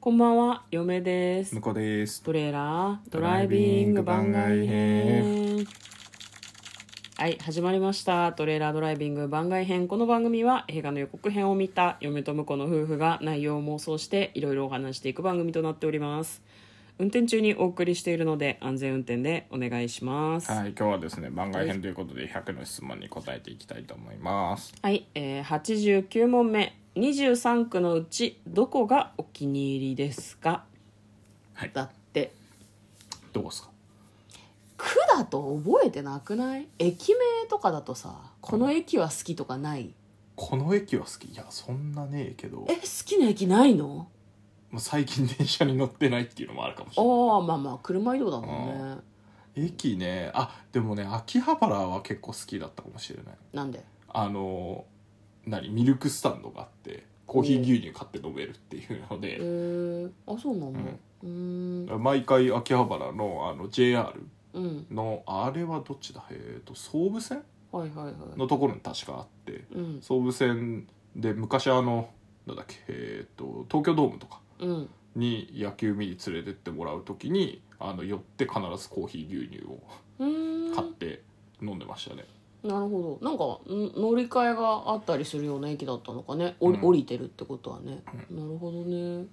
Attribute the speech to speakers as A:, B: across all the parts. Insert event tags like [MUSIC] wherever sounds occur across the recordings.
A: こんばんは、嫁です
B: 向。こうです。
A: トレーラードライビング番外編。はい、始まりました。トレーラードライビング番外編。この番組は映画の予告編を見た嫁と婿の夫婦が内容を妄想していろいろお話していく番組となっております。運転中にお送りしているので安全運転でお願いします。
B: はい、今日はですね、番外編ということで100の質問に答えていきたいと思います。
A: はい、えー、89問目23区のうちどこがお気に入りですか
B: はい。
A: だって
B: どうですか
A: 区だと覚えてなくない駅名とかだとさこの駅は好きとかない
B: この駅は好きいや、そんなねえけど、も
A: え好きな駅ないの
B: う最近電車に乗ってないっていうのもあるかもしれない。
A: ああまあまあ車移動だもんね
B: 駅ね、あ、でもね、秋葉原は結構好きだったかもしれない。
A: なんで
B: あの、何ミルクスタンドがあって、コーヒー牛乳買って飲めるっていうの
A: え
B: で、
A: ー、あそうなんだうーん
B: 毎回秋葉原のあの JR
A: うん
B: の、あれはどっちだえっと、総武線
A: はいはいはい
B: のところに確かあって、
A: うん
B: 総武線で昔あのなんだっけえっ、と東京ドームとか
A: うん
B: に野球見に連れてってもらう時にあの寄って必ずコーヒー牛乳を
A: うーん
B: 買って飲んでましたね、
A: なるほどなんかん乗り換えがあったりするような駅だったのかね降り,、
B: うん
A: 降りてるってことはね、なるほどね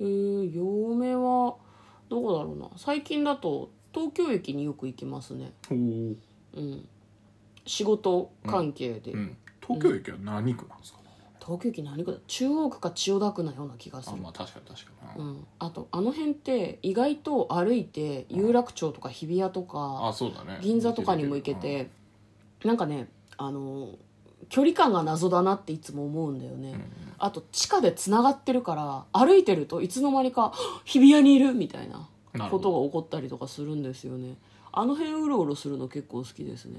A: えー、嫁はどこだろうな最近だと東京駅によく行きますね
B: お
A: うん仕事関係で、
B: うん、東京駅は何区なんですかね、
A: 東京駅何区だ中央区か千代田区なような気がす
B: あ
A: る
B: まあ確かに確かに、
A: うん、あとあの辺って意外と歩いて有楽町とか日比谷とか
B: あそうだね
A: 銀座とかにも行けて、なんかねあの距離感が謎だなっていつも思うんだよね、
B: うん
A: あと地下でつながってるから歩いてるといつの間にかはっ日比谷にいるみたいな
B: なる
A: こ
B: ほ
A: と
B: ど
A: が起こったりとかするんですよねあの辺うろうろするの結構好きですね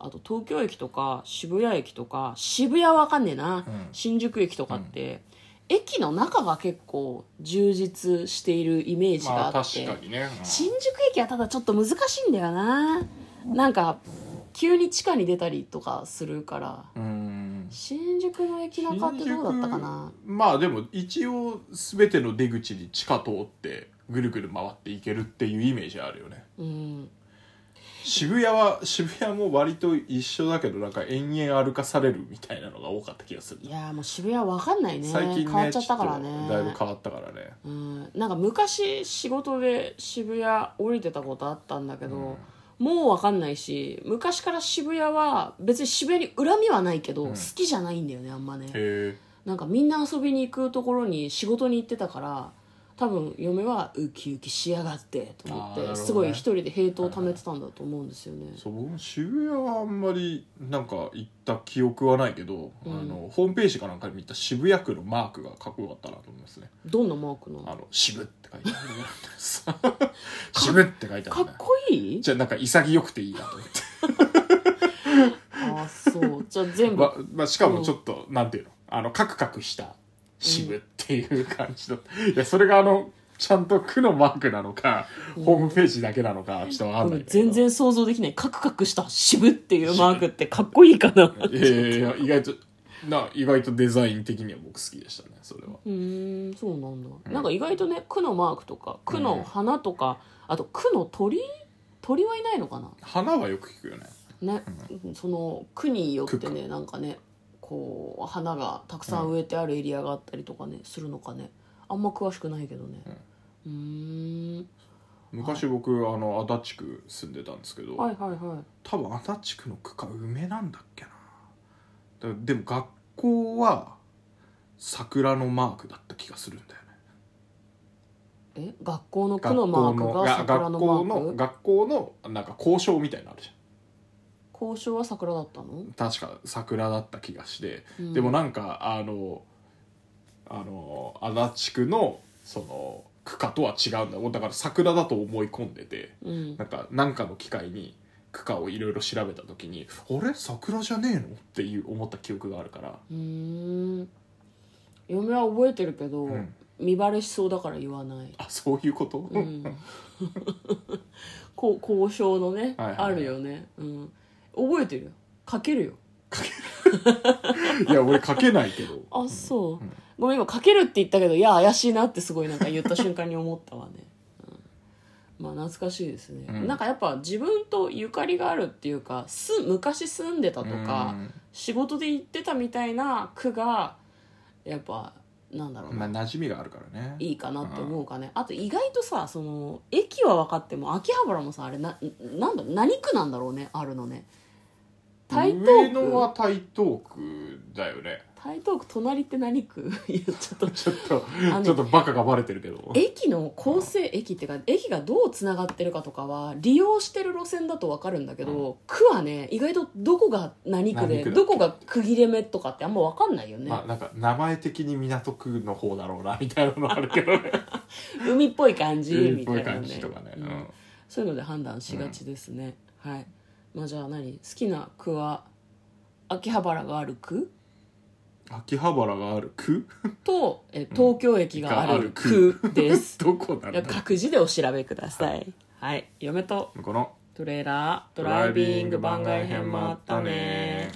A: あと東京駅とか渋谷駅とか渋谷わかんねえな、
B: うん
A: 新宿駅とかって、駅の中が結構充実しているイメージ
B: ま
A: が
B: あ
A: あって、
B: 確かにね、うん
A: 新宿駅はただちょっと難しいんだよななんか急に地下に出たりとかするから
B: うん
A: 新宿の駅中ってどうだったかな
B: 新宿まあでも一応全ての出口に地下通ってぐるぐる回っていけるっていうイメージあるよね
A: うん
B: 渋谷は渋谷も割と一緒だけどなんか延々歩かされるみたいなのが多かった気がする、
A: いやーもう渋谷わかんないね
B: 最近ね
A: 変わっちゃったからね
B: ちょっとだいぶ変わったからね
A: うん、なんか昔仕事で渋谷降りてたことあったんだけど、もうわかんないし昔から渋谷は別に渋谷に恨みはないけど、
B: うん
A: 好きじゃないんだよねあんまね
B: へえ
A: なんかみんな遊びに行くところに仕事に行ってたから多分嫁はウキウキしやがってと思っ
B: あーなる
A: て、
B: ほどね
A: すごい一人でヘイトを貯めてたんだと思うんですよね、
B: そう僕も渋谷はあんまりなんか行った記憶はないけど、
A: うん
B: あのホームページかなんかで見た渋谷区のマークがかっこよかったなと思いますね
A: どんなマークな
B: あ
A: の
B: の「渋」って書いてあ [LAUGHS] る渋って書いてあ
A: か
B: る
A: っ
B: ね
A: こいい
B: じゃあなんか潔くていいなと思って
A: ああそうじゃあ全部
B: ままあ、しかもちょっと、なんていうのあのカクカクした渋っていう感じだった、いやそれがあのちゃんと区のマークなのか、ホームページだけなのかちょっとわかん
A: こ
B: な
A: れ
B: いけど
A: 全然想像できないカクカクした渋っていうマークってかっこいいかな
B: いやいやいや意外とな意外とデザイン的には僕好きでしたねそれは
A: うーんそうなんだ、なんか意外とね区のマークとか区の花とか、あと区の鳥鳥はいないのかな
B: 花はよく聞くよね
A: ね、その区によって
B: 区
A: ねなんかねこう花がたくさん植えてあるエリアがあったりとかね、するのかねあんま詳しくないけどねうーん
B: 昔僕、あの足立区住んでたんですけど、
A: はいはいはい
B: 多分足立区の区か梅なんだっけなだからでも学校は桜のマークだった気がするんだよね
A: え学校の区
B: 学
A: の
B: 校
A: マ
B: の
A: ークが
B: が
A: 桜
B: 学
A: の
B: 校
A: マー
B: の
A: ク
B: 学校のなんか交渉みたいなのあるじ
A: 交渉は桜だったの
B: ゃん確か桜だった気がして、
A: うん
B: でもなんかあのあの足立区のその区歌とは違うんだもうだから桜だと思い込んでて
A: うん
B: なんかなんかの機会に区歌をいろいろ調べた時に「あれ桜じゃねえの?」っていう思った記憶があるから
A: うーん嫁は覚えてるけど、
B: うん
A: 見バレしそうだから言わない、
B: あそういうこと、
A: う
B: [LAUGHS]
A: ん、 [LAUGHS] こう [LAUGHS] 交渉のね、
B: はいはいはい
A: あるよね、うん、覚えてるよ書けるよ
B: いや俺書けないけど
A: あそう、ごめん今かけるって言ったけどいや怪しいなってすごいなんか言った瞬間に思ったわね、うん、まあ懐かしいですね、
B: うん
A: なんかやっぱ自分とゆかりがあるっていうかす昔住んで [LAUGHS] たとか、
B: うん
A: 仕事で行ってたみたいな区がやっぱなんだろうな、
B: まあ馴染みがあるからね
A: いいかなって思うかね、あと意外とさその駅は分かっても秋葉原もさあれななんだ何区なんだろうねあるのね台東
B: 上野
A: 区
B: は台東区だよね
A: 台東区隣って何区 [LAUGHS] いやちょっと
B: [LAUGHS] ちょっと
A: あの
B: ちょっとバカがバレてるけど
A: 駅の構成駅っていうか駅がどうつながってるかとかは利用してる路線だと分かるんだけど、区はね意外とどこが何区
B: 何
A: で
B: 区だっ
A: ど
B: け
A: こが区切れ目とかってあんま分かんないよね、
B: まあなんか名前的に港区の方だろうなみたいなのあるけど
A: [LAUGHS]
B: ね
A: 海っぽい感じ
B: うん
A: みた
B: こうい
A: いうな
B: 感じとかね、
A: う
B: うんん、
A: そういうので判断しがちですね、はい、まあ、じゃあ何好きな区は秋葉原がある区
B: 秋葉原がある区 [LAUGHS]
A: とえ東京駅がある区です
B: どこなん
A: いや
B: だ
A: 各自でお調べくださいはい嫁と
B: この
A: トレーラードライビング番外編もあったね